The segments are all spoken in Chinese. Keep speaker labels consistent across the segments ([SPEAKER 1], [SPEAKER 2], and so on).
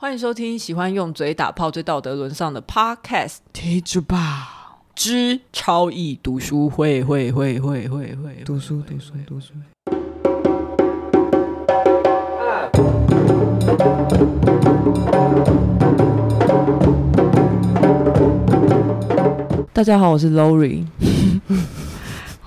[SPEAKER 1] 欢迎收听喜欢用嘴打炮、最道德沦丧的 Podcast，听着吧之超易读书会会会会会会
[SPEAKER 2] 读书读书读书。
[SPEAKER 1] 大家好，我是 Lori，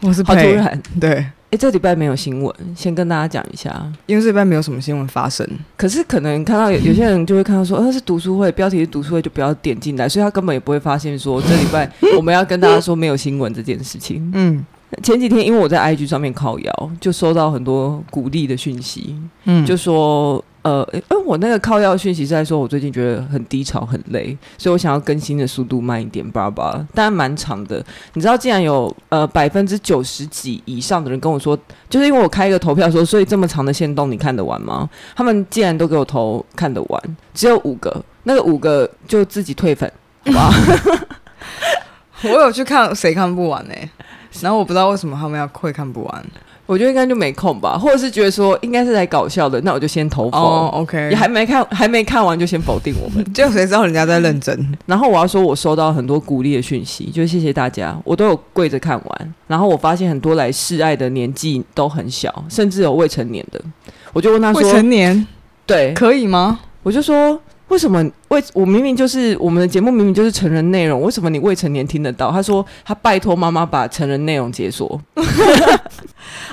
[SPEAKER 2] 我是
[SPEAKER 1] 好突
[SPEAKER 2] 佩，
[SPEAKER 1] 然，
[SPEAKER 2] 对，
[SPEAKER 1] 哎，这礼拜没有新闻，先跟大家讲一下。
[SPEAKER 2] 因为这边没有什么新闻发生，
[SPEAKER 1] 可是可能看到有有些人就会看到说，呃，是读书会，标题是读书会，就不要点进来，所以他根本也不会发现说这礼拜我们要跟大家说没有新闻这件事情。
[SPEAKER 2] 嗯
[SPEAKER 1] 前几天因为我在 IG 上面靠谣，就收到很多鼓励的讯息，
[SPEAKER 2] 嗯，
[SPEAKER 1] 就说呃，诶诶我那个靠药讯息是在说我最近觉得很低潮、很累，所以我想要更新的速度慢一点，巴拉巴拉，但蛮长的。你知道，竟然有呃百分之九十几以上的人跟我说，就是因为我开一个投票说，所以这么长的线动你看得完吗？他们竟然都给我投看得完，只有五个，那个五个就自己退粉，好 吧？
[SPEAKER 2] 我有去看，谁看不完呢、然后我不知道为什么他们要会看不完。
[SPEAKER 1] 我觉得应该就没空吧，或者是觉得说应该是来搞笑的，那我就先投否。
[SPEAKER 2] 哦、o k
[SPEAKER 1] 也还没看，还没看完就先否定我们。
[SPEAKER 2] 就谁知道人家在认真？
[SPEAKER 1] 然后我要说，我收到很多鼓励的讯息，就是谢谢大家，我都有跪着看完。然后我发现很多来示爱的年纪都很小，甚至有未成年的。我就问他
[SPEAKER 2] 未
[SPEAKER 1] 说
[SPEAKER 2] 成年：“
[SPEAKER 1] 对，
[SPEAKER 2] 可以吗？
[SPEAKER 1] 我就说为什么未我明明就是我们的节目明明就是成人内容，为什么你未成年听得到？”他说他拜托妈妈把成人内容解锁，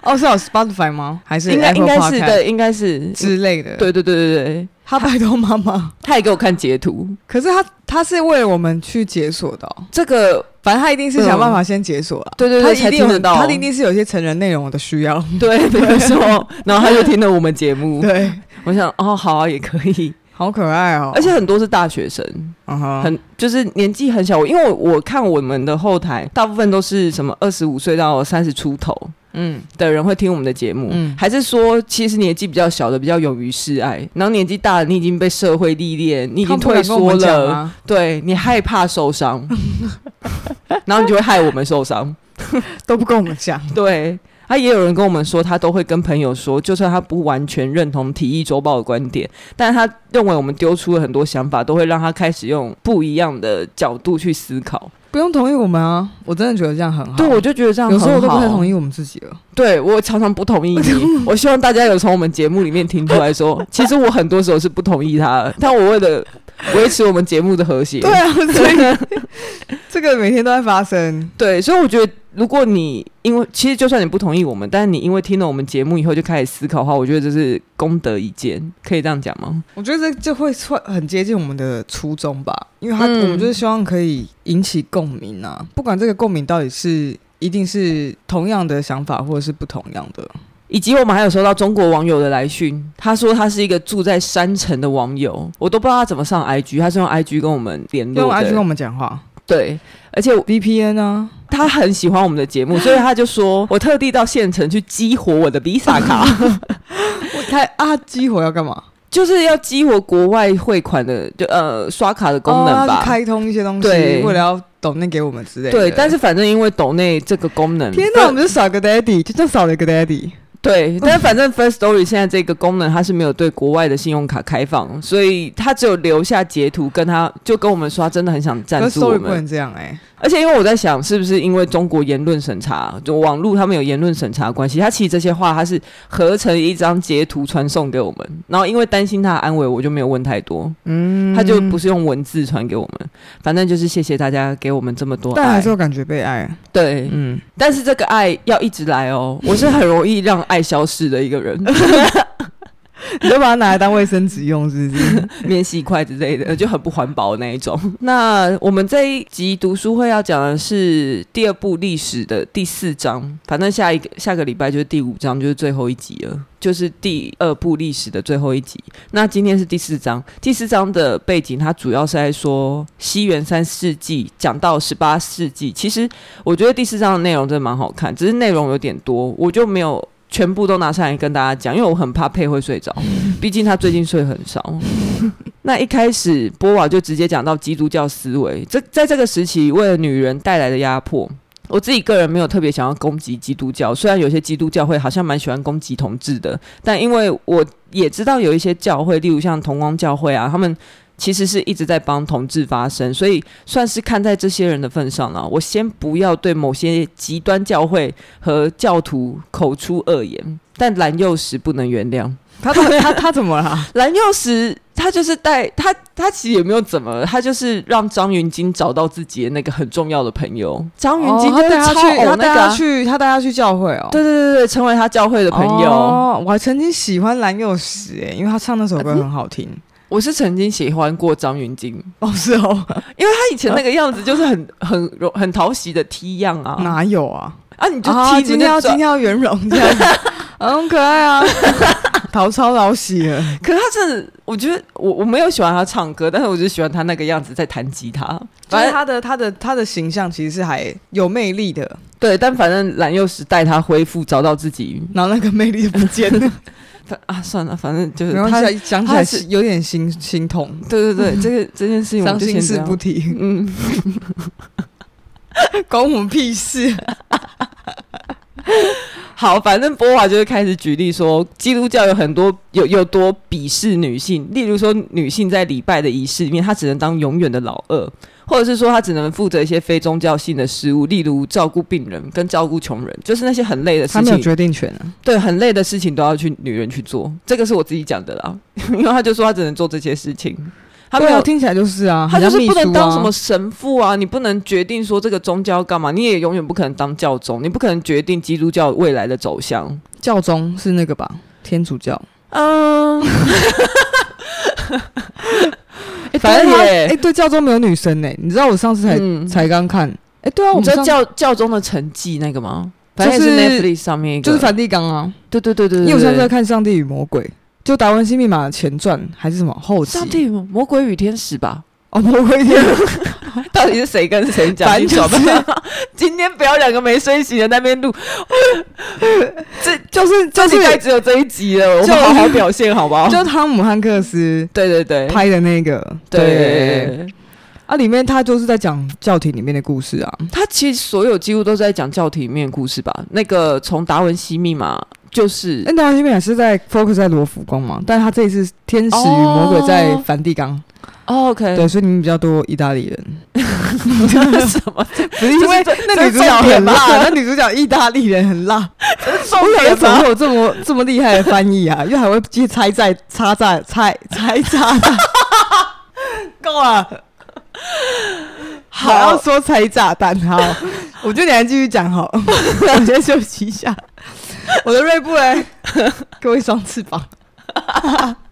[SPEAKER 2] 哦，是有 Spotify 吗？还是
[SPEAKER 1] 应该
[SPEAKER 2] Apple
[SPEAKER 1] 应该是
[SPEAKER 2] Podcast
[SPEAKER 1] 对，应该是
[SPEAKER 2] 之类的？，
[SPEAKER 1] 对对对对对，
[SPEAKER 2] 他拜托妈妈。
[SPEAKER 1] 他也给我看截图，
[SPEAKER 2] 可是他他是为了我们去解锁的、哦，
[SPEAKER 1] 这个
[SPEAKER 2] 反正他一定是想办法先解锁了。
[SPEAKER 1] 对嗯对
[SPEAKER 2] 他
[SPEAKER 1] 对
[SPEAKER 2] 一
[SPEAKER 1] 才
[SPEAKER 2] 定有
[SPEAKER 1] 听得到，哦
[SPEAKER 2] 他一定是有一些成人内容的需要。
[SPEAKER 1] 对没有 错，然后他就听了我们节目，
[SPEAKER 2] 对，
[SPEAKER 1] 我想哦好啊也可以。
[SPEAKER 2] 好可爱哦，
[SPEAKER 1] 而且很多是大学生，
[SPEAKER 2] 嗯哼
[SPEAKER 1] 很就是年纪很小。因为我我看我们的后台，大部分都是什么二十五岁到三十出头
[SPEAKER 2] 嗯
[SPEAKER 1] 的人会听我们的节目，
[SPEAKER 2] 嗯
[SPEAKER 1] 还是说其实年纪比较小的比较勇于示爱，然后年纪大的你已经被社会历练，你已经
[SPEAKER 2] 他们不敢
[SPEAKER 1] 退
[SPEAKER 2] 跟我
[SPEAKER 1] 缩
[SPEAKER 2] 们讲啊，
[SPEAKER 1] 了，对你害怕受伤， 然后你就会害我们受伤。
[SPEAKER 2] 都不跟我们讲。
[SPEAKER 1] 对。他也有人跟我们说，他都会跟朋友说，就算他不完全认同《体育周报》的观点，但他认为我们丢出了很多想法，都会让他开始用不一样的角度去思考。
[SPEAKER 2] 不用同意我们啊，我真的觉得这样很好。
[SPEAKER 1] 对，我就觉得这样
[SPEAKER 2] 有时候我都不太
[SPEAKER 1] 意。
[SPEAKER 2] 同意我们自己了。
[SPEAKER 1] 对我常常不同意 你，我希望大家有从我们节目里面听出来说，其实我很多时候是不同意他的，但我为了维持我们节目的和谐，
[SPEAKER 2] 对啊， 所以这个每天都在发生。
[SPEAKER 1] 对，所以我觉得，如果你因为其实就算你不同意我们，但是你因为听了我们节目以后就开始思考的话，我觉得这是功德一件，可以这样讲吗？
[SPEAKER 2] 我觉得这就会算很接近我们的初衷吧，因为他、
[SPEAKER 1] 嗯
[SPEAKER 2] 我们就是希望可以引起共鸣啊，不管这个共鸣到底是一定是同样的想法，或者是不同样的。
[SPEAKER 1] 以及我们还有收到中国网友的来讯，他说他是一个住在山城的网友，我都不知道他怎么上 IG，他是用 IG 跟我们联络的，
[SPEAKER 2] 用 IG 跟我们讲话
[SPEAKER 1] 对，而且
[SPEAKER 2] ，VPN 啊，
[SPEAKER 1] 他很喜欢我们的节目，所以他就 说我特地到县城去激活我的 Visa 卡。
[SPEAKER 2] 我他啊，激活要干嘛？
[SPEAKER 1] 就是要激活国外汇款的，就呃刷卡的功能
[SPEAKER 2] 哦他
[SPEAKER 1] 吧
[SPEAKER 2] 去。开通一些东西，
[SPEAKER 1] 对
[SPEAKER 2] 为了要抖内给我们之类的。嗯
[SPEAKER 1] 对，但是反正因为抖内这个功能，
[SPEAKER 2] 天哪，我们就少一个 daddy，就这样少了一个 daddy。
[SPEAKER 1] 对，但反正 First Story 现在这个功能它是没有对国外的信用卡开放，所以它只有留下截图，跟他就跟我们说，他真的很想赞
[SPEAKER 2] 可是
[SPEAKER 1] 助我
[SPEAKER 2] story 不
[SPEAKER 1] 们。
[SPEAKER 2] 能这样哎、
[SPEAKER 1] 而且因为我在想，是不是因为中国言论审查，就网络他们有言论审查的关系，他其实这些话他是合成一张截图传送给我们，然后因为担心他的安危，我就没有问太多，
[SPEAKER 2] 嗯
[SPEAKER 1] 他就不，是用文字传给我们。反正就是谢谢大家给我们这么多
[SPEAKER 2] 但还
[SPEAKER 1] 爱
[SPEAKER 2] 是，有感觉被爱。
[SPEAKER 1] 对，
[SPEAKER 2] 嗯，
[SPEAKER 1] 但是这个爱要一直来哦，我是很容易让爱消失的一个人，
[SPEAKER 2] 你就把它拿来当卫生纸用，是 不是？
[SPEAKER 1] 免洗筷之类的，就很不环保那一种。 那我们这一集读书会要讲的是第二部历史的第四章，反正下一个下个礼拜就是第五章，就是最后一集了，就是第二部历史的最后一集。那今天是第四章，第四章的背景它主要是在说西元三世纪，讲到十八世纪。其实我觉得第四章的内容真的蛮好看，只是内容有点多，我就没有。全部都拿上来跟大家讲，因为我很怕佩会 睡着，毕竟他最近睡很少。那一开始波瓦就直接讲到基督教思维，这在这个时期为了女人带来的压迫。我自己个人没有特别想要攻击基督教，虽然有些基督教会好像蛮喜欢攻击同志的，但因为我也知道有一些教会，例如像同光教会啊，他们其实是一直在帮同志发声，所以算是看在这些人的份上了。我先不要对某些极端教会和教徒口出恶言，但蓝幼时不能原谅。
[SPEAKER 2] 他怎么他他怎么了？
[SPEAKER 1] 蓝幼时他就是带他，他其实也没有怎么，他就是让张云京找到自己的那个很重要的朋友。张云京
[SPEAKER 2] 哦他带他
[SPEAKER 1] 超
[SPEAKER 2] 去，
[SPEAKER 1] 偶
[SPEAKER 2] 他
[SPEAKER 1] 那
[SPEAKER 2] 带
[SPEAKER 1] 个
[SPEAKER 2] 他
[SPEAKER 1] 啊、
[SPEAKER 2] 去，他带他去教会哦。
[SPEAKER 1] 对对对对，成为他教会的朋友。
[SPEAKER 2] 哦，我还曾经喜欢蓝又时哎，因为他唱那首歌很 好听。
[SPEAKER 1] 我是曾经喜欢过张云京，
[SPEAKER 2] 哦，是哦，
[SPEAKER 1] 他以前那个样子就是很 很柔很讨喜的 T 样啊，
[SPEAKER 2] 哪有啊？
[SPEAKER 1] 啊你就
[SPEAKER 2] 啊，
[SPEAKER 1] T
[SPEAKER 2] 今天要今
[SPEAKER 1] 转
[SPEAKER 2] 天要圆融这样子， 啊很可爱啊。曹操老喜了，
[SPEAKER 1] 可是他真的，我觉得我我没有喜欢他唱歌，但是我就喜欢他那个样子在弹吉他。
[SPEAKER 2] 反
[SPEAKER 1] 反
[SPEAKER 2] 正
[SPEAKER 1] 正
[SPEAKER 2] 他的他的他的形象其实是还有魅力的，
[SPEAKER 1] 对，但反正蓝又时带他恢复，找到自己
[SPEAKER 2] 然后那个魅力就不见了。
[SPEAKER 1] 反啊，算了，反正就是
[SPEAKER 2] 没关
[SPEAKER 1] 他
[SPEAKER 2] 系啊，讲起
[SPEAKER 1] 他
[SPEAKER 2] 来
[SPEAKER 1] 是
[SPEAKER 2] 是有点心心痛，
[SPEAKER 1] 对对 对，这个这件事情我
[SPEAKER 2] 伤
[SPEAKER 1] 们就先
[SPEAKER 2] 心
[SPEAKER 1] 这
[SPEAKER 2] 事
[SPEAKER 1] 样
[SPEAKER 2] 不提，
[SPEAKER 1] 嗯，
[SPEAKER 2] 关我们屁 事。
[SPEAKER 1] 好，反正波娃就会开始举例说，基督教有很多有有多鄙视女性，例如说女性在礼拜的仪式里面，她只能当永远的老二，或者是说她只能负责一些非宗教性的事务，例如照顾病人跟照顾穷人，就是那些很累的
[SPEAKER 2] 他
[SPEAKER 1] 事
[SPEAKER 2] 没有
[SPEAKER 1] 情，
[SPEAKER 2] 决定权啊，
[SPEAKER 1] 对，很累的事情都要去女人去做，这个是我自己讲的啦， 因为他就说他只能做这些事情，他没
[SPEAKER 2] 对啊
[SPEAKER 1] 有
[SPEAKER 2] 听起来就是啊，
[SPEAKER 1] 他就是
[SPEAKER 2] 很像秘
[SPEAKER 1] 不能
[SPEAKER 2] 书
[SPEAKER 1] 当
[SPEAKER 2] 啊
[SPEAKER 1] 什么神父啊，你不能决定说这个宗教要干嘛，你也永远不可能当教宗，你不可能决定基督教未来的走向。
[SPEAKER 2] 教宗是那个吧，天主教。
[SPEAKER 1] 嗯，
[SPEAKER 2] 哎
[SPEAKER 1] 反正
[SPEAKER 2] 对啊
[SPEAKER 1] 也
[SPEAKER 2] 哎，对教宗没有女生呢，你知道我上次才
[SPEAKER 1] 嗯，
[SPEAKER 2] 才刚看，哎，对啊，我
[SPEAKER 1] 你
[SPEAKER 2] 们
[SPEAKER 1] 知道
[SPEAKER 2] 上
[SPEAKER 1] 教教宗的成绩那个吗？反
[SPEAKER 2] 就
[SPEAKER 1] 正
[SPEAKER 2] 是
[SPEAKER 1] 也是 Netflix 上面一个，
[SPEAKER 2] 就是梵蒂冈啊，
[SPEAKER 1] 对对对对
[SPEAKER 2] 因
[SPEAKER 1] 对，
[SPEAKER 2] 为我上次
[SPEAKER 1] 对
[SPEAKER 2] 在看《上帝与魔鬼》，就《达文西密码》的前传还是什么后期？
[SPEAKER 1] 上帝与魔鬼与天使吧。
[SPEAKER 2] 哦，魔鬼天
[SPEAKER 1] 到底是谁跟 谁讲？
[SPEAKER 2] 反
[SPEAKER 1] 你
[SPEAKER 2] 正
[SPEAKER 1] 找不
[SPEAKER 2] 就是
[SPEAKER 1] 到 今天不要两个没睡醒的在那边录，这
[SPEAKER 2] 就是
[SPEAKER 1] 这
[SPEAKER 2] 就
[SPEAKER 1] 礼拜
[SPEAKER 2] 是
[SPEAKER 1] 只有这一集了，我
[SPEAKER 2] 就
[SPEAKER 1] 们好好表现好不好？
[SPEAKER 2] 就汤姆汉克斯
[SPEAKER 1] 对对对，
[SPEAKER 2] 拍的那个，
[SPEAKER 1] 对，
[SPEAKER 2] 啊，里面他就是在讲教廷里面的故事啊。
[SPEAKER 1] 他其实所有几乎都在讲教廷里面的故事吧。那个从达文西密码就是
[SPEAKER 2] 那达文西密码是在 focus 在罗浮宫嘛，但他这一次天使与魔鬼在
[SPEAKER 1] 哦
[SPEAKER 2] 梵蒂冈，
[SPEAKER 1] 哦 OK，
[SPEAKER 2] 对，所以你们比较多意大利人，
[SPEAKER 1] 什么？
[SPEAKER 2] 不是因为
[SPEAKER 1] 这是
[SPEAKER 2] 那女主
[SPEAKER 1] 这
[SPEAKER 2] 角
[SPEAKER 1] 是重点
[SPEAKER 2] 很
[SPEAKER 1] 吧
[SPEAKER 2] 辣，那女主角意大利人很辣，
[SPEAKER 1] 重
[SPEAKER 2] 我想
[SPEAKER 1] 点
[SPEAKER 2] 怎
[SPEAKER 1] 吧
[SPEAKER 2] 么会有这么这么厉害的翻译啊？因为还会去拆在插在拆拆炸弹，够了。
[SPEAKER 1] 好
[SPEAKER 2] 还要说拆炸弹，好，我觉得你还继续讲 好，我先休息一下。我的锐步
[SPEAKER 1] 欸
[SPEAKER 2] 嘞，给我一双翅膀。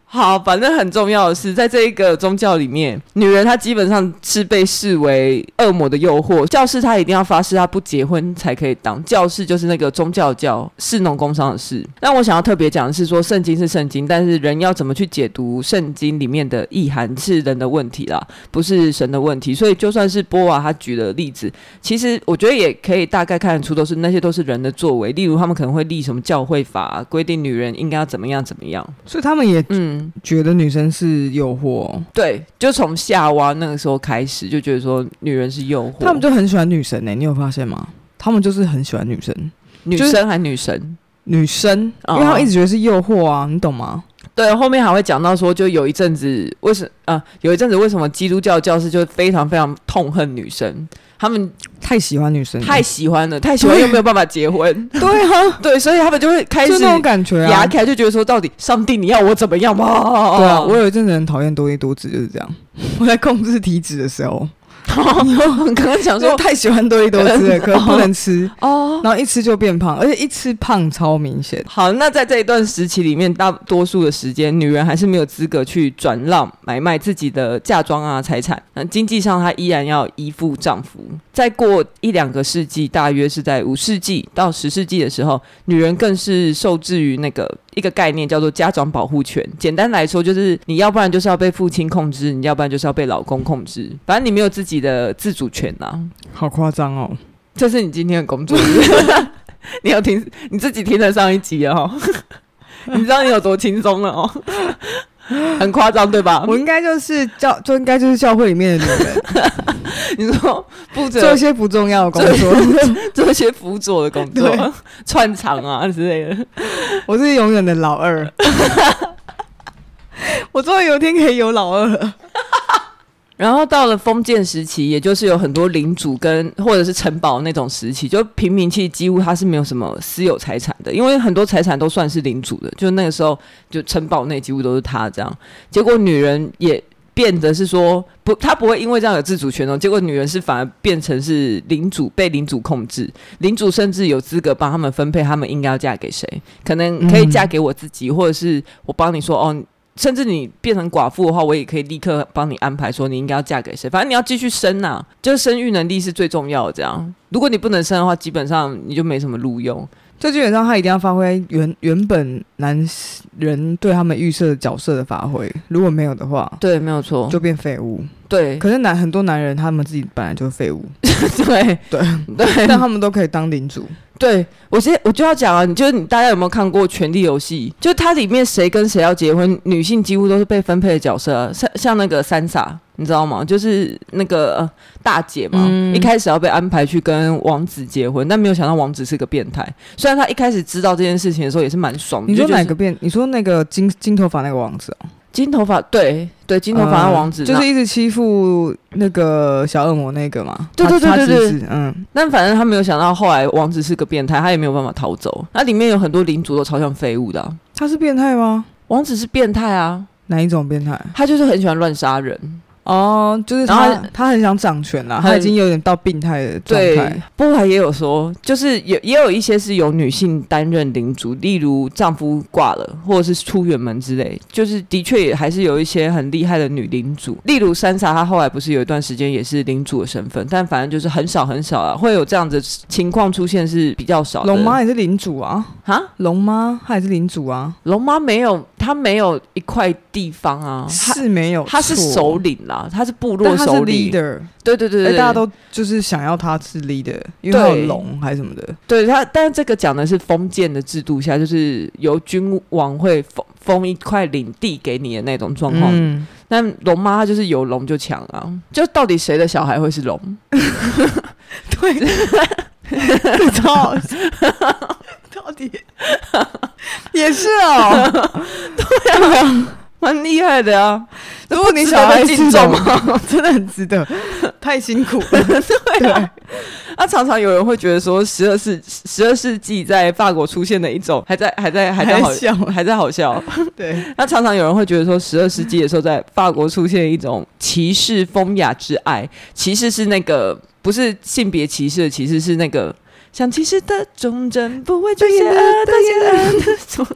[SPEAKER 1] 好，反正很重要的是，在这一个宗教里面，女人她基本上是被视为恶魔的诱惑。教士她一定要发誓，她不结婚才可以当教士，就是那个宗教教士农工商的事。那我想要特别讲的是说，圣经是圣经，但是人要怎么去解读圣经里面的意涵是人的问题啦，不是神的问题。所以就算是波娃他举的例子，其实我觉得也可以大概看得出，都是那些都是人的作为。例如他们可能会立什么教会法、啊规定女人应该要怎么样怎么样。
[SPEAKER 2] 所以他们也
[SPEAKER 1] 嗯。
[SPEAKER 2] 觉得女生是诱惑，
[SPEAKER 1] 对，就从夏娃那个时候开始，就觉得说女人是诱惑，
[SPEAKER 2] 他们就很喜欢女神呢、你有发现吗？他们就是很喜欢女生，
[SPEAKER 1] 女
[SPEAKER 2] 就是
[SPEAKER 1] 生还女神。
[SPEAKER 2] 女生，因为
[SPEAKER 1] 哦
[SPEAKER 2] 他们一直觉得是诱惑啊，你懂吗？
[SPEAKER 1] 对，后面还会讲到说，就有一阵子为什啊、有一阵子为什么基督教教师就非常非常痛恨女生，他们
[SPEAKER 2] 太喜欢女生了，
[SPEAKER 1] 太喜欢了，太喜欢
[SPEAKER 2] 对
[SPEAKER 1] 又没有办法结婚，
[SPEAKER 2] 对 啊，
[SPEAKER 1] 对，所以他们就会开
[SPEAKER 2] 就
[SPEAKER 1] 始
[SPEAKER 2] 那种感觉啊
[SPEAKER 1] 牙。开，就哦觉得说到底上帝你要我怎么样嘛？
[SPEAKER 2] 对啊， 我有一阵子很讨厌多一多子，就是这样。 我在控制体脂的时候，
[SPEAKER 1] 我刚刚讲
[SPEAKER 2] 我说
[SPEAKER 1] 说
[SPEAKER 2] 太喜欢多一多 子了，可不能吃，
[SPEAKER 1] 哦。
[SPEAKER 2] 然后一吃就变胖，而且一吃胖超明显。
[SPEAKER 1] 好，那在这一段时期里面，大多数的时间，女人还是没有资格去转让、买卖自己的嫁妆啊、财产。那经济上，她依然要依附丈夫。再过一两个世纪，大约是在五世纪到十世纪的时候，女人更是受制于那个一个概念，叫做家长保护权。简单来说，就是你要不然就是要被父亲控制，你要不然就是要被老公控制，反正你没有自己的自主权啊。
[SPEAKER 2] 好夸张哦！
[SPEAKER 1] 这是你今天的工作，是不是 你有听你自己听了上一集了 哦，你知道你有多轻松了哦，很夸张对吧？
[SPEAKER 2] 我应该就是教，就应该就是教会里面的女人，
[SPEAKER 1] 你说负责
[SPEAKER 2] 做一些不重要的工作。
[SPEAKER 1] 做一些辅佐的工
[SPEAKER 2] 对
[SPEAKER 1] 作，串场啊之类的。
[SPEAKER 2] 我是永远的老 二。我终于有一天可以有老二了。
[SPEAKER 1] 然后到了封建时期，也就是有很多领主跟或者是城堡那种时期，就平民其实几乎他是没有什么私有财产的，因为很多财产都算是领主的，就那个时候就城堡内几乎都是他这样。结果女人也变得是说不，她不会因为这样有自主权哦，结果女人是反而变成是领主被领主控制，领主甚至有资格帮他们分配他们应该要嫁给谁，可能可以嫁给我自己，或者是我帮你说哦，甚至你变成寡妇的话，我也可以立刻帮你安排说你应该要嫁给谁。反正你要继续生呐、就是生育能力是最重要的。这样，如果你不能生的话，基本上你就没什么录用。
[SPEAKER 2] 就基本上他一定要发挥原原本男人对他们预设的角色的发挥，如果没有的话，
[SPEAKER 1] 对，没有错，
[SPEAKER 2] 就变废物。
[SPEAKER 1] 对
[SPEAKER 2] 可是男很多男人他们自己本来就是废物，
[SPEAKER 1] 对
[SPEAKER 2] 对
[SPEAKER 1] 对
[SPEAKER 2] 但他们都可以当领主。
[SPEAKER 1] 对。我先我就要讲啊，你就是你大家有没有看过《权力游戏》？就它里面谁跟谁要结婚，女性几乎都是被分配的角色啊、像像那个三傻，你知道吗？就是那个、呃大姐嘛，
[SPEAKER 2] 嗯
[SPEAKER 1] 一开始要被安排去跟王子结婚，但没有想到王子是个变态。虽然他一开始知道这件事情的时候也是蛮爽的，
[SPEAKER 2] 你说
[SPEAKER 1] 嗯就觉
[SPEAKER 2] 哪
[SPEAKER 1] 得
[SPEAKER 2] 个变？你说那个金金头发那个王子、哦，
[SPEAKER 1] 金头发，对对，金头发的王子，
[SPEAKER 2] 嗯就是一直欺负那个小恶魔那个嘛。
[SPEAKER 1] 对对对
[SPEAKER 2] 他
[SPEAKER 1] 对
[SPEAKER 2] 他
[SPEAKER 1] 对
[SPEAKER 2] 侄子嗯，
[SPEAKER 1] 但反正他没有想到，后来王子是个变态，他也没有办法逃走。那里面有很多领主都超像废物的啊、
[SPEAKER 2] 他是变态吗？
[SPEAKER 1] 王子是变态啊，
[SPEAKER 2] 哪一种变态？
[SPEAKER 1] 他就是很喜欢乱杀人。
[SPEAKER 2] 哦，就是
[SPEAKER 1] 然
[SPEAKER 2] 他
[SPEAKER 1] 后，
[SPEAKER 2] 他很想掌权啦，
[SPEAKER 1] 很
[SPEAKER 2] 他已经有点到病态的状
[SPEAKER 1] 对
[SPEAKER 2] 态。，
[SPEAKER 1] 波莱也有说，就是也也有一些是由女性担任领主，例如丈夫挂了，或者是出远门之类，就是的确也还是有一些很厉害的女领主，例如珊莎，她后来不是有一段时间也是领主的身份，但反正就是很少很少啊，会有这样子的情况出现是比较少的。
[SPEAKER 2] 龙妈也是领主啊，
[SPEAKER 1] 啊，
[SPEAKER 2] 龙妈她也是领主啊，
[SPEAKER 1] 龙妈没有，她没有一块地方啊，她
[SPEAKER 2] 是没有错，
[SPEAKER 1] 她是首领啦，她是部落
[SPEAKER 2] 但她是
[SPEAKER 1] 首领，
[SPEAKER 2] leader，
[SPEAKER 1] 对对对
[SPEAKER 2] 哎，
[SPEAKER 1] 对，
[SPEAKER 2] 大家都就是想要她是 leader，因为她有龙还是什么的，
[SPEAKER 1] 对她，但是这个讲的是封建的制度下，就是由君王会封封一块领地给你的那种状况。
[SPEAKER 2] 嗯，
[SPEAKER 1] 那龙妈她就是有龙就强啊，就到底谁的小孩会是 龙？
[SPEAKER 2] 对，超好笑，到底也是 哦，
[SPEAKER 1] 啊蛮厉害的啊！
[SPEAKER 2] 如果你小孩是龙， 真的很值得，太辛苦了， 对啊。
[SPEAKER 1] 那常常有人会觉得说，十二世十二世纪在法国出现的一种，还在还在还在好
[SPEAKER 2] 还在笑
[SPEAKER 1] 还在好笑。
[SPEAKER 2] 对，
[SPEAKER 1] 那常常有人会觉得说，十二世纪的时候，在法国出现一种歧视风雅之爱，歧视是那个不是性别歧视的歧视，是那个想歧视的忠贞不会出现的人，什么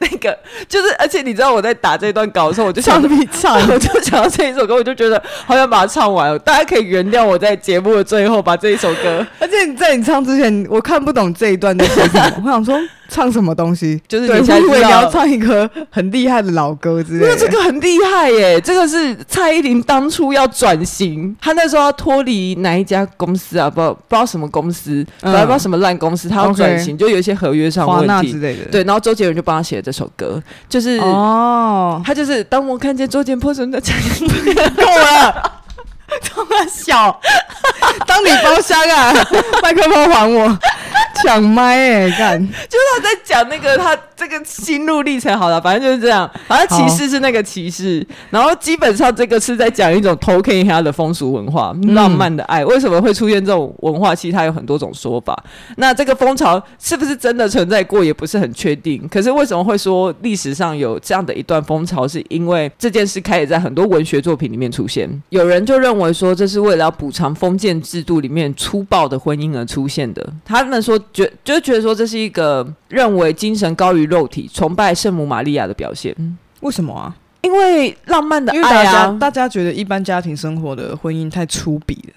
[SPEAKER 1] 那个就是，而且你知道我在打这段稿的时候，我就想
[SPEAKER 2] 唱。必唱，
[SPEAKER 1] 我就想到这一首歌，我就觉得好想把它唱完哦。大家可以原谅我在节目的最后把这一首歌，
[SPEAKER 2] 而且你在你唱之前，我看不懂这一段在写什 么，我想说唱什么东西，
[SPEAKER 1] 就是
[SPEAKER 2] 对，
[SPEAKER 1] 你现在
[SPEAKER 2] 我以为
[SPEAKER 1] 知
[SPEAKER 2] 你
[SPEAKER 1] 道
[SPEAKER 2] 要唱一个很厉害的老歌之类
[SPEAKER 1] 因为
[SPEAKER 2] 的。
[SPEAKER 1] 这个很厉害耶，这个是蔡依林当初要转型，她那时候要脱离哪一家公司啊？不知道不知道什么公司，反
[SPEAKER 2] 嗯
[SPEAKER 1] 正不知道什么烂公司，她要
[SPEAKER 2] OK
[SPEAKER 1] 转型，就有一些合约上
[SPEAKER 2] 华
[SPEAKER 1] 的
[SPEAKER 2] 纳
[SPEAKER 1] 问
[SPEAKER 2] 之
[SPEAKER 1] 题。
[SPEAKER 2] 类的，
[SPEAKER 1] 对，然后周杰伦就帮她写了这首歌，就是、
[SPEAKER 2] 哦，
[SPEAKER 1] 他就是当我看见周杰破损的家，
[SPEAKER 2] 够 了，这么 小，当你包厢 啊，麦克风还我， 抢麦哎、干，
[SPEAKER 1] 他在讲那个他这个心路历程。好了，反正就是这样。反正歧视是那个歧视，然后基本上这个是在讲一种偷 K 他的风俗文化、
[SPEAKER 2] 嗯
[SPEAKER 1] 浪漫的爱。为什么会出现这种文化？其实它有很多种说法。那这个风潮是不是真的存在过，也不是很确定。可是为什么会说历史上有这样的一段风潮，是因为这件事开始在很多文学作品里面出现。有人就认为说，这是为了要补偿封建制度里面粗暴的婚姻而出现的。他们说觉就觉得说这是一个认为精神高于肉体、崇拜圣母玛利亚的表现，
[SPEAKER 2] 为什么啊？
[SPEAKER 1] 因嗯为浪漫的
[SPEAKER 2] 因为大
[SPEAKER 1] 爱
[SPEAKER 2] 家、
[SPEAKER 1] 啊，
[SPEAKER 2] 大家觉得一般家庭生活的婚姻太粗鄙了，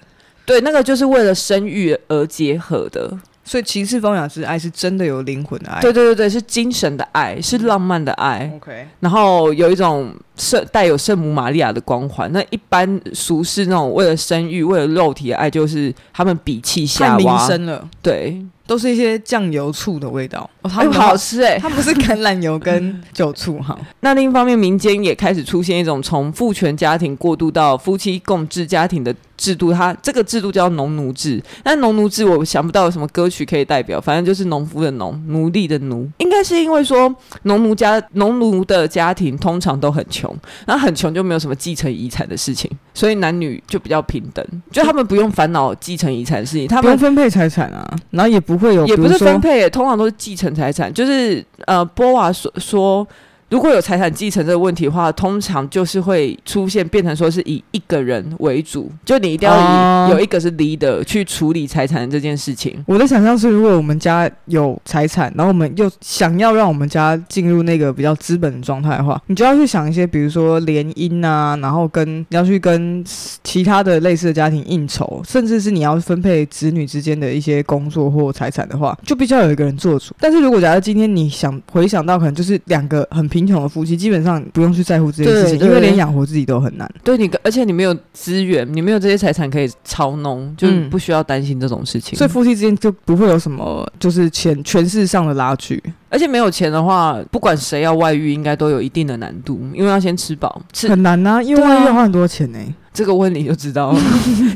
[SPEAKER 1] 对，那个就是为了生育而结合的。
[SPEAKER 2] 所以骑士风雅之爱是真的有灵魂的爱。
[SPEAKER 1] 嗯对对对对，是精神的爱，是浪漫的爱。
[SPEAKER 2] ，OK，
[SPEAKER 1] 然后有一种圣带有圣母玛利亚的光环。那一般俗世那种为了生育、为了肉体的爱，就是他们鄙弃夏
[SPEAKER 2] 太民
[SPEAKER 1] 娃。
[SPEAKER 2] 生了，
[SPEAKER 1] 对，
[SPEAKER 2] 都是一些酱油醋的味道。哦，他
[SPEAKER 1] 哎
[SPEAKER 2] 们
[SPEAKER 1] 好好吃哎、
[SPEAKER 2] 他们是橄榄油跟酒醋哈。
[SPEAKER 1] 那另一方面，民间也开始出现一种从父权家庭过渡到夫妻共治家庭的制度，它这个制度叫农奴制。那农奴制，我想不到有什么歌曲可以代表，反正就是农夫的农，奴隶的奴。应该是因为说农奴家农奴的家庭通常都很穷，然后很穷就没有什么继承遗产的事情，所以男女就比较平等，就他们不用烦恼继承遗产的事 情，他
[SPEAKER 2] 不
[SPEAKER 1] 们
[SPEAKER 2] 用分配财产啊，然后也不会有，
[SPEAKER 1] 也
[SPEAKER 2] 比
[SPEAKER 1] 不
[SPEAKER 2] 如
[SPEAKER 1] 是
[SPEAKER 2] 说
[SPEAKER 1] 分配耶，通常都是继承财产。就是呃，波娃说说，如果有财产继承这个问题的话，通常就是会出现变成说是以一个人为主，就你一定要以、
[SPEAKER 2] 哦
[SPEAKER 1] 有一个是 leader 去处理财产这件事情。
[SPEAKER 2] 我的想象是，如果我们家有财产，然后我们又想要让我们家进入那个比较资本的状态的话，你就要去想一些，比如说联姻啊，然后跟你要去跟其他的类似的家庭应酬，甚至是你要分配子女之间的一些工作或财产的话，就必须要有一个人做主。但是如果假设今天你想回想到，可能就是两个很贫穷的夫妻，基本上不用去在乎这件事情，
[SPEAKER 1] 对对
[SPEAKER 2] 因为连养活自己都很难。
[SPEAKER 1] 对你，而且你没有资源，你没有这些财产可以操弄，就
[SPEAKER 2] 嗯
[SPEAKER 1] 不需要担心这种事情。
[SPEAKER 2] 所以夫妻之间就不会有什么就是 权权势上的拉锯，
[SPEAKER 1] 而且没有钱的话，不管谁要外遇，应该都有一定的难度，因为要先吃 饱。吃
[SPEAKER 2] 很难呐、因为
[SPEAKER 1] 对啊
[SPEAKER 2] 外遇要花很多钱呢、
[SPEAKER 1] 这个问你就知道了。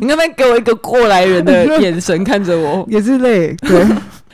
[SPEAKER 1] 你那边给我一个过来人的眼神看着我，
[SPEAKER 2] 也是累，对，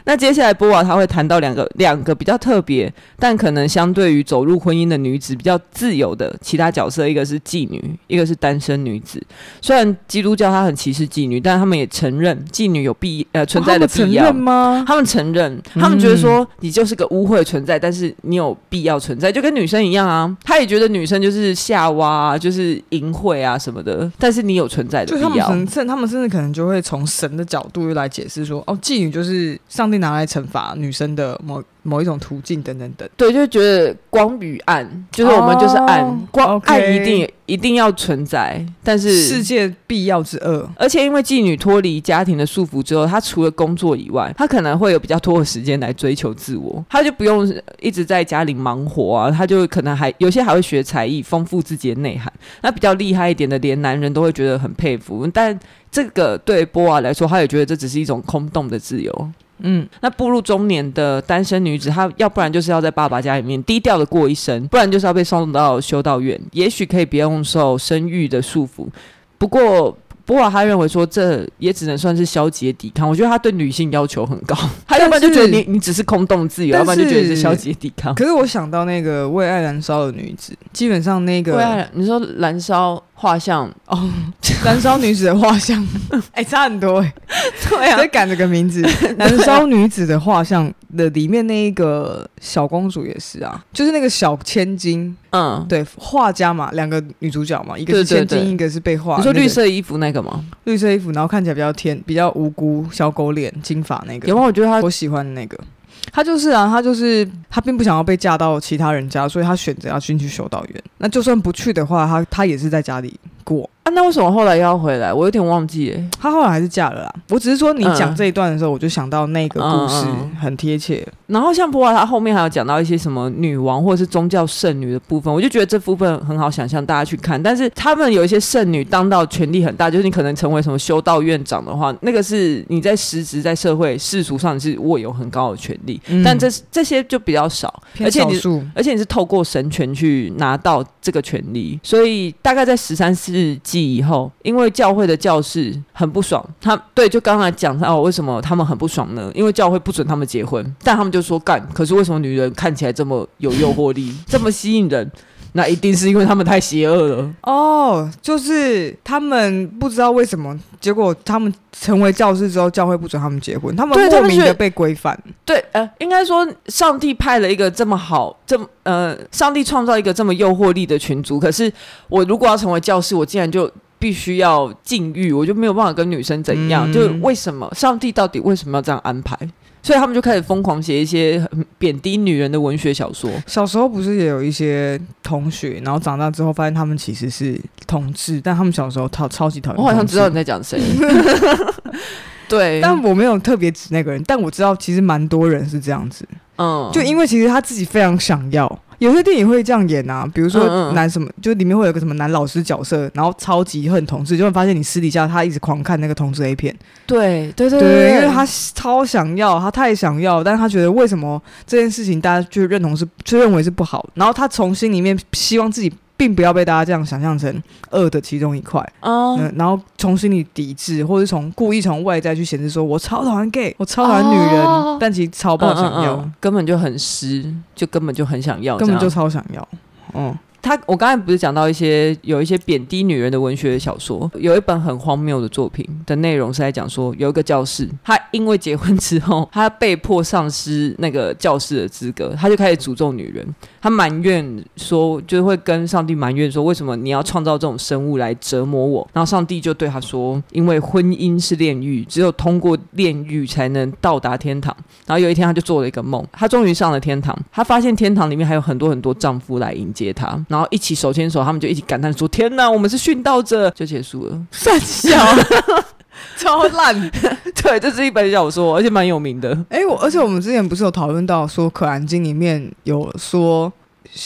[SPEAKER 1] 那接下来波娃他会谈到两个两个比较特别，但可能相对于走入婚姻的女子比较自由的其他角色，一个是妓女，一个是单身女子。虽然基督教他很歧视妓女，但他们也承认妓女有必呃 存在的
[SPEAKER 2] 哦他们
[SPEAKER 1] 必要。
[SPEAKER 2] 承认 吗？嗯
[SPEAKER 1] 他们承认，他们觉得说你就是个污秽存在，但是你有必要存在，就跟女生一样啊。他也觉得女生就是夏娃、啊，就是淫秽啊什么的，但是你有存在的
[SPEAKER 2] 就
[SPEAKER 1] 必
[SPEAKER 2] 他们
[SPEAKER 1] 要。
[SPEAKER 2] 神甚，他们甚至可能就会从神的角度来解释说，哦，妓女就是上帝拿来惩罚女生的某某一种途径等等等。
[SPEAKER 1] 对，就觉得光与暗，就是我们就是暗，
[SPEAKER 2] 哦
[SPEAKER 1] 光
[SPEAKER 2] OK
[SPEAKER 1] 暗一定一定要存在，但是
[SPEAKER 2] 世界必要之恶，
[SPEAKER 1] 而且因为妓女脱离家庭的束缚之后，她除了工作以外，她可能会有比较多的时间来追求自我，她就不用一直在家里忙活啊，她就可能还有些还会学才艺，丰富自己的内涵。那比较厉害一点的，连男人都会觉得很佩服，但这个对波娃来说，她也觉得这只是一种空洞的自由。
[SPEAKER 2] 嗯，
[SPEAKER 1] 那步入中年的单身女子，她要不然就是要在爸爸家里面低调的过一生，不然就是要被送到修道院，也许可以不用受生育的束缚。不过。波瓦他认为说，这也只能算是消极的抵抗。我觉得他对女性要求很高，他要不然就觉得你你只是啊空洞自由，啊
[SPEAKER 2] 但
[SPEAKER 1] 要不然就觉得你
[SPEAKER 2] 是
[SPEAKER 1] 是消极的抵抗。
[SPEAKER 2] 可是我想到那个为爱燃烧的女子，基本上那
[SPEAKER 1] 对
[SPEAKER 2] 个
[SPEAKER 1] 啊，你说燃烧画像，
[SPEAKER 2] 哦， 燃烧女子的画像， 哎、差很多哎、
[SPEAKER 1] 对啊
[SPEAKER 2] 再赶着个 名字，《燃烧女子的画像》的里面那一个小公主也是啊，就是那个小千金，
[SPEAKER 1] 嗯，
[SPEAKER 2] 对，画家嘛，两个女主角嘛，一个
[SPEAKER 1] 对
[SPEAKER 2] 是
[SPEAKER 1] 对
[SPEAKER 2] 千金，
[SPEAKER 1] 对
[SPEAKER 2] 一个是被画。
[SPEAKER 1] 你说
[SPEAKER 2] 那个
[SPEAKER 1] 绿色衣服那个吗？
[SPEAKER 2] 绿色衣服，然后看起来比较天，比较无辜，小狗脸，金发那个，
[SPEAKER 1] 有吗？我觉得他
[SPEAKER 2] 我喜欢的那个。她就是啊，她就是她并不想要被嫁到其他人家，所以她选择要进去修道院。那就算不去的话，她她也是在家里过。
[SPEAKER 1] 啊，那为什么后来又要回来？我有点忘记耶。
[SPEAKER 2] 她后来还是嫁了啦。我只是说你
[SPEAKER 1] 嗯
[SPEAKER 2] 讲这一段的时候，我就想到那个故事
[SPEAKER 1] 嗯嗯嗯
[SPEAKER 2] 很贴切。
[SPEAKER 1] 然后像普瓦，他后面还有讲到一些什么女王或者是宗教圣女的部分，我就觉得这部分很好想象大家去看。但是他们有一些圣女当到权力很大，就是你可能成为什么修道院长的话，那个是你在实质在社会世俗上你是握有很高的权力，
[SPEAKER 2] 嗯
[SPEAKER 1] 但这这些就比较少，而
[SPEAKER 2] 而
[SPEAKER 1] 且
[SPEAKER 2] 且
[SPEAKER 1] 你
[SPEAKER 2] 数
[SPEAKER 1] 而且你是透过神权去拿到这个权利，所以大概在十三世纪以后，因为教会的教士很不爽，他对就刚才讲到、哦、为什么他们很不爽呢？因为教会不准他们结婚，但他们就说干，可是为什么女人看起来这么有诱惑力，这么吸引人？那一定是因为他们太邪恶了。
[SPEAKER 2] 哦，就是他们不知道为什么，结果他们成为教师之后，教会不准他们结婚，他们
[SPEAKER 1] 对他
[SPEAKER 2] 莫
[SPEAKER 1] 们
[SPEAKER 2] 名
[SPEAKER 1] 觉
[SPEAKER 2] 的
[SPEAKER 1] 得
[SPEAKER 2] 被规范。
[SPEAKER 1] 对，呃，应该说上帝派了一个这么好，这么呃，上帝创造一个这么诱惑力的群组，可是我如果要成为教师，我竟然就必须要禁欲，我就没有办法跟女生怎样，
[SPEAKER 2] 嗯
[SPEAKER 1] 就是为什么上帝到底为什么要这样安排？所以他们就开始疯狂写一些很贬低女人的文学小说。
[SPEAKER 2] 小时候不是也有一些同学，然后长大之后发现他们其实是同志，但他们小时候超超级讨厌。
[SPEAKER 1] 我好像知道，你在讲谁，对，
[SPEAKER 2] 但我没有特别指那个人，但我知道其实蛮多人是这样子，
[SPEAKER 1] 嗯，
[SPEAKER 2] 就因为其实他自己非常想要。有些电影会这样演啊，比如
[SPEAKER 1] 嗯
[SPEAKER 2] 说
[SPEAKER 1] 嗯
[SPEAKER 2] 男什么，就里面会有个什么男老师角色，然后超级恨同志，就会发现你私底下他一直狂看那个同志 A 片，
[SPEAKER 1] 对对对
[SPEAKER 2] 对，因为他超想要，他太想要，但是他觉得为什么这件事情大家就认同是就认为是不好，然后他从心里面希望自己并不要被大家这样想象成恶的其中一块，
[SPEAKER 1] 嗯
[SPEAKER 2] 嗯，然后从心里抵制，或者从故意从外在去显示说我超讨厌 gay，我超讨厌女人，
[SPEAKER 1] 哦
[SPEAKER 2] 但其实超爆想要，
[SPEAKER 1] 嗯嗯嗯根本就很湿，就根本就很想要这
[SPEAKER 2] 根
[SPEAKER 1] 样，
[SPEAKER 2] 本就超想要，嗯。
[SPEAKER 1] 他，我刚才不是讲到一些有一些贬低女人的文学小说，有一本很荒谬的作品的内容是在讲说，有一个教士，他因为结婚之后，他被迫丧失那个教士的资格，他就开始诅咒女人，他埋怨说，就会跟上帝埋怨说，为什么你要创造这种生物来折磨我？然后上帝就对他说，因为婚姻是炼狱，只有通过炼狱才能到达天堂。然后有一天，他就做了一个梦，他终于上了天堂。他发现天堂里面还有很多很多丈夫来迎接他，然后一起手牵手，他们就一起感叹说：“天哪，我们是殉道者！”就结束了。
[SPEAKER 2] 三小，超烂。
[SPEAKER 1] 对，这是一本小说，而且蛮有名的。
[SPEAKER 2] 哎、我而且我们之前不是有讨论到说《可兰经》里面有说，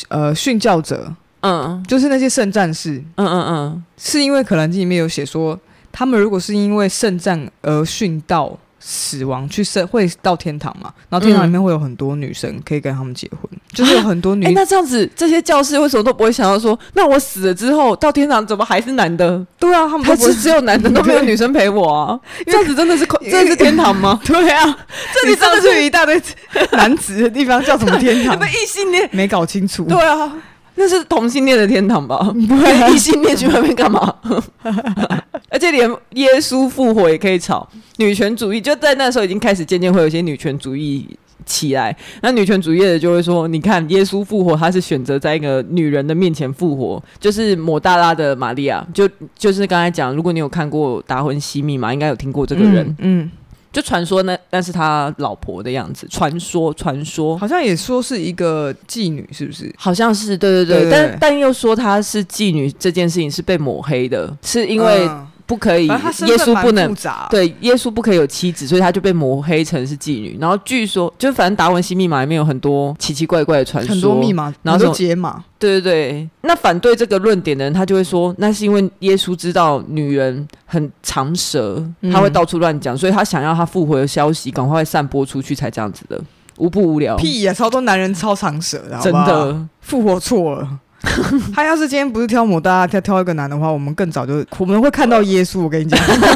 [SPEAKER 2] 呃，殉教者
[SPEAKER 1] 嗯
[SPEAKER 2] 就是那些圣战士，
[SPEAKER 1] 嗯嗯嗯，
[SPEAKER 2] 是因为《可兰经》里面有写说，他们如果是因为圣战而殉道。死亡去圣会到天堂嘛，然后天堂里面会有很多女生可以跟他们结婚，就是有很多女
[SPEAKER 1] 哎、那这样子，这些教师为什么都不会想要说，那我死了之后到天堂怎么还是男的？
[SPEAKER 2] 对啊，他们
[SPEAKER 1] 他
[SPEAKER 2] 都不
[SPEAKER 1] 是
[SPEAKER 2] 会？
[SPEAKER 1] 只有男的都没有女生陪我啊？这样子真的是空这是天堂吗
[SPEAKER 2] 对啊，
[SPEAKER 1] 这里真的
[SPEAKER 2] 上去一大堆 男子的地方叫什么天
[SPEAKER 1] 你
[SPEAKER 2] 堂？
[SPEAKER 1] 们异性恋？
[SPEAKER 2] 没搞清楚。
[SPEAKER 1] 对啊，那是同性恋的天堂吧？
[SPEAKER 2] 对啊
[SPEAKER 1] 异性恋去外面干嘛？ 而且连耶稣复活也可以吵女权主义，就在那时候已经开始渐渐会有一些女权主义起来。那女权主义的就会说：“你看，耶稣复活，他是选择在一个女人的面前复活，就是抹大拉的玛利亚。就就是刚才讲，如果你有看过《达文西密码》，应该有听过这个人。
[SPEAKER 2] 嗯，
[SPEAKER 1] 就传说那那是他老婆的样子，传说传说
[SPEAKER 2] 嗯，好像也说是一个妓女，是不是？
[SPEAKER 1] 好像是对对对，
[SPEAKER 2] 对对对
[SPEAKER 1] 但但又说她是妓女这件事情是被抹黑的，是因为
[SPEAKER 2] 嗯
[SPEAKER 1] 不可以，
[SPEAKER 2] 反正他身
[SPEAKER 1] 耶
[SPEAKER 2] 份
[SPEAKER 1] 稣
[SPEAKER 2] 蛮
[SPEAKER 1] 不能
[SPEAKER 2] 复。杂，
[SPEAKER 1] 对，耶稣不可以有妻子，所以他就被抹黑成是妓女。然后据说，就反正达文西密码里面有很多奇奇怪怪的传说，
[SPEAKER 2] 很多密码，
[SPEAKER 1] 然后
[SPEAKER 2] 很
[SPEAKER 1] 这
[SPEAKER 2] 多
[SPEAKER 1] 种
[SPEAKER 2] 解码，
[SPEAKER 1] 对对对，那反对这个论点的人，他就会说，那是因为耶稣知道女人很长舌，
[SPEAKER 2] 嗯
[SPEAKER 1] 他会到处乱讲，所以他想要他复活的消息赶快散播出去，才这样子的，无不无聊，
[SPEAKER 2] 屁呀、超多男人超长舌的，好
[SPEAKER 1] 真
[SPEAKER 2] 不好
[SPEAKER 1] 的，
[SPEAKER 2] 复活错了。 他要是今天不是挑抹大拉，挑挑一个男的话，我们更早就我们会看到耶稣。我跟你讲，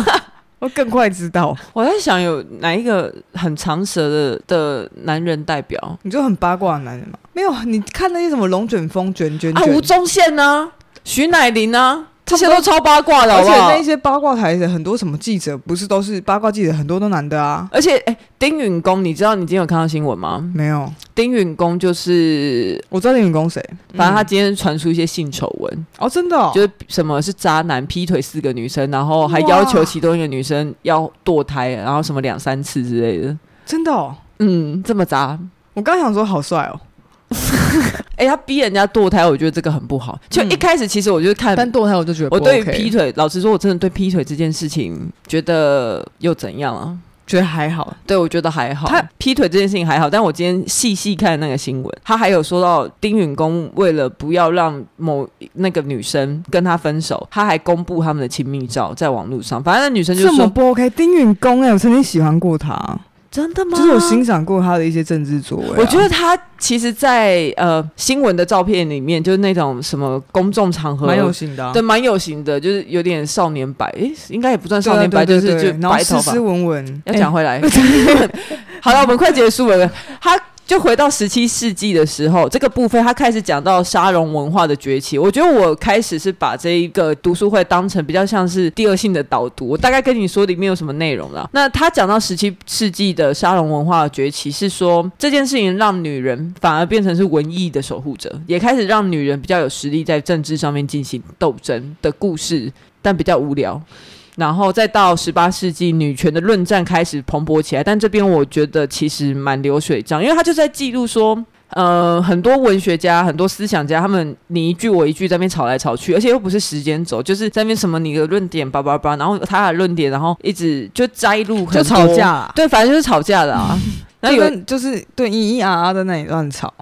[SPEAKER 2] 会更快知道。
[SPEAKER 1] 我在想有哪一个很长舌的的男人代表
[SPEAKER 2] 你就很八卦的男人嘛？没有，你看那些什么龙卷风卷卷
[SPEAKER 1] 啊？
[SPEAKER 2] 卷，
[SPEAKER 1] 吴宗宪呢、徐乃麟呢、这些
[SPEAKER 2] 差
[SPEAKER 1] 都
[SPEAKER 2] 不
[SPEAKER 1] 超八卦的，好
[SPEAKER 2] 而
[SPEAKER 1] 不
[SPEAKER 2] 且
[SPEAKER 1] 好
[SPEAKER 2] 那一些八卦台的很多什么记者，不是都是八卦记者，很多都男的啊。
[SPEAKER 1] 而且，哎、丁允恭，你知道你今天有看到新闻吗？
[SPEAKER 2] 没有，
[SPEAKER 1] 丁允恭就是，
[SPEAKER 2] 我知道你员工谁，
[SPEAKER 1] 反正他今天传出一些性丑闻，
[SPEAKER 2] 哦，真的、哦，
[SPEAKER 1] 就是什么是渣男劈腿四个女生，然后还要求其中一个女生要堕胎，然后什么两三次之类的。
[SPEAKER 2] 真的、哦。
[SPEAKER 1] 嗯，这么渣。
[SPEAKER 2] 我刚想说好帅哦，
[SPEAKER 1] 哎、他逼人家堕胎，我觉得这个很不好。就
[SPEAKER 2] 嗯
[SPEAKER 1] 一开始，其实我就看，
[SPEAKER 2] 但堕胎我就觉得不
[SPEAKER 1] 我
[SPEAKER 2] OK、
[SPEAKER 1] 对于劈腿，老实说，我真的对劈腿这件事情觉得又怎样啊？
[SPEAKER 2] 觉得还好，
[SPEAKER 1] 对，我觉得还好。
[SPEAKER 2] 他
[SPEAKER 1] 他劈腿这件事情还好，但我今天细细看那个新闻，他还有说到丁允恭为了不要让某那个女生跟他分手，他还公布他们的亲密照在网络上。反正那女生就
[SPEAKER 2] 这么
[SPEAKER 1] 说
[SPEAKER 2] 不 OK。丁允恭哎、我曾经喜欢过他，：“
[SPEAKER 1] 真的吗？”
[SPEAKER 2] 就是我欣赏过他的一些政治作为啊、
[SPEAKER 1] 我觉得他其实在，呃新闻的照片里面，就是那种什么公众场合
[SPEAKER 2] 蛮有型的啊、
[SPEAKER 1] 对，蛮有型的，就是有点少年白，诶，应该也不算
[SPEAKER 2] 对啊
[SPEAKER 1] 少年白，
[SPEAKER 2] 对
[SPEAKER 1] 就
[SPEAKER 2] 对
[SPEAKER 1] 是
[SPEAKER 2] 对
[SPEAKER 1] 就
[SPEAKER 2] 然后
[SPEAKER 1] 白
[SPEAKER 2] 斯
[SPEAKER 1] 头发
[SPEAKER 2] 斯。文文，
[SPEAKER 1] 要
[SPEAKER 2] 哎
[SPEAKER 1] 讲回来， 好了，我们快结束了。他就回到十七世纪的时候，这个部分他开始讲到沙龙文化的崛起。我觉得我开始是把这一个读书会当成比较像是第二性的导读。我大概跟你说里面有什么内容了。那他讲到十七世纪的沙龙文化的崛起，是说这件事情让女人反而变成是文艺的守护者，也开始让女人比较有实力在政治上面进行斗争的故事，但比较无聊。然后再到十八世纪，女权的论战开始蓬勃起来。但这边我觉得其实蛮流水账，因为他就在记录说，呃，很多文学家、很多思想家，他们你一句我一句在那边吵来吵去，而且又不是时间轴，就是在那边什么你的论点叭叭叭，然后他的论点，然后一直就摘录，
[SPEAKER 2] 就吵架。啦。
[SPEAKER 1] 对，反正就是吵架的啊。那
[SPEAKER 2] 就
[SPEAKER 1] 有
[SPEAKER 2] 跟就是对咿咿啊啊在那里乱吵，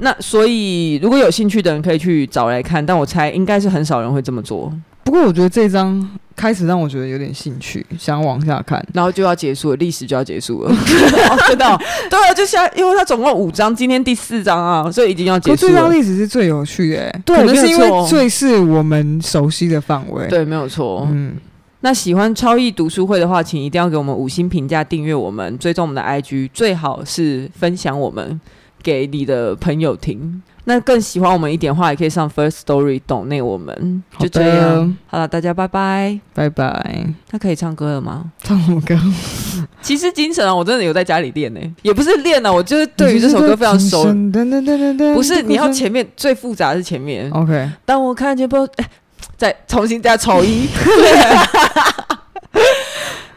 [SPEAKER 1] 那所以如果有兴趣的人可以去找来看，但我猜应该是很少人会这么做。
[SPEAKER 2] 不过我觉得这一章开始让我觉得有点兴趣，想往下看。
[SPEAKER 1] 然后就要结束了，历史就要结束 了，哦真的哦、对啊，就下，因为它总共五章，今天第四章啊，所以已经要结
[SPEAKER 2] 可
[SPEAKER 1] 束
[SPEAKER 2] 这张
[SPEAKER 1] 了。
[SPEAKER 2] 历史是最有趣的、欸，
[SPEAKER 1] 对
[SPEAKER 2] 可能是因
[SPEAKER 1] 没有错
[SPEAKER 2] 为最是我们熟悉的范围。，
[SPEAKER 1] 对，没哦有错。
[SPEAKER 2] 嗯，
[SPEAKER 1] 那喜欢超意读书会的话，请一定要给我们五星评价、订阅我们、追踪我们的 IG，最好是分享我们给你的朋友听。那更喜欢我们一点的话，也可以上 First Story 懂内我们。
[SPEAKER 2] 好
[SPEAKER 1] 就
[SPEAKER 2] 的
[SPEAKER 1] 这样，好了，大家拜拜。
[SPEAKER 2] 拜拜。
[SPEAKER 1] 那可以唱歌了吗？
[SPEAKER 2] 唱什么歌？
[SPEAKER 1] 其实精神啊，我真的有在家里练呢、也不是练啊，我就是 对于这首歌非常熟。
[SPEAKER 2] 噔噔噔噔 噔
[SPEAKER 1] 不是，你要前面最复杂的是前面。
[SPEAKER 2] OK，
[SPEAKER 1] 当我看见不，哎再重新加丑 一。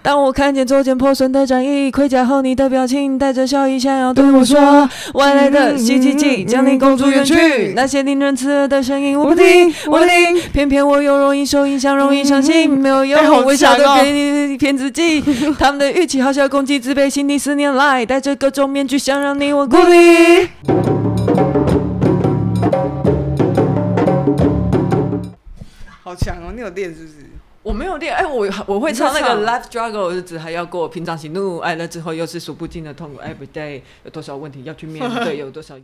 [SPEAKER 1] 当我看见周间破损的战役，盔甲后你的表情带着笑意，想要对我说：外来的袭击
[SPEAKER 2] 嗯嗯
[SPEAKER 1] 机
[SPEAKER 2] 嗯
[SPEAKER 1] 将你公主远去
[SPEAKER 2] 嗯，
[SPEAKER 1] 那些令人刺耳的声音我
[SPEAKER 2] 我
[SPEAKER 1] 不
[SPEAKER 2] 不
[SPEAKER 1] 听
[SPEAKER 2] 听，，
[SPEAKER 1] 我
[SPEAKER 2] 我
[SPEAKER 1] 不
[SPEAKER 2] 不
[SPEAKER 1] 听。
[SPEAKER 2] 听。
[SPEAKER 1] 偏偏我又容易受影响，容易相信，
[SPEAKER 2] 嗯
[SPEAKER 1] 没有
[SPEAKER 2] 哎好
[SPEAKER 1] 用微笑的
[SPEAKER 2] 强哦
[SPEAKER 1] 骗骗自 己。他们的语气好笑、攻击、自卑、心理思念来，戴着各种面具，想让你我孤立。
[SPEAKER 2] 好强哦！你有练是不是？
[SPEAKER 1] 我没有练，哎、我我会唱那
[SPEAKER 2] 你
[SPEAKER 1] 个
[SPEAKER 2] 会
[SPEAKER 1] Life Struggle 日子还要过，平常喜怒哀乐之后又是数不尽的痛苦。Every day 有多少问题要去面对，有多少夜。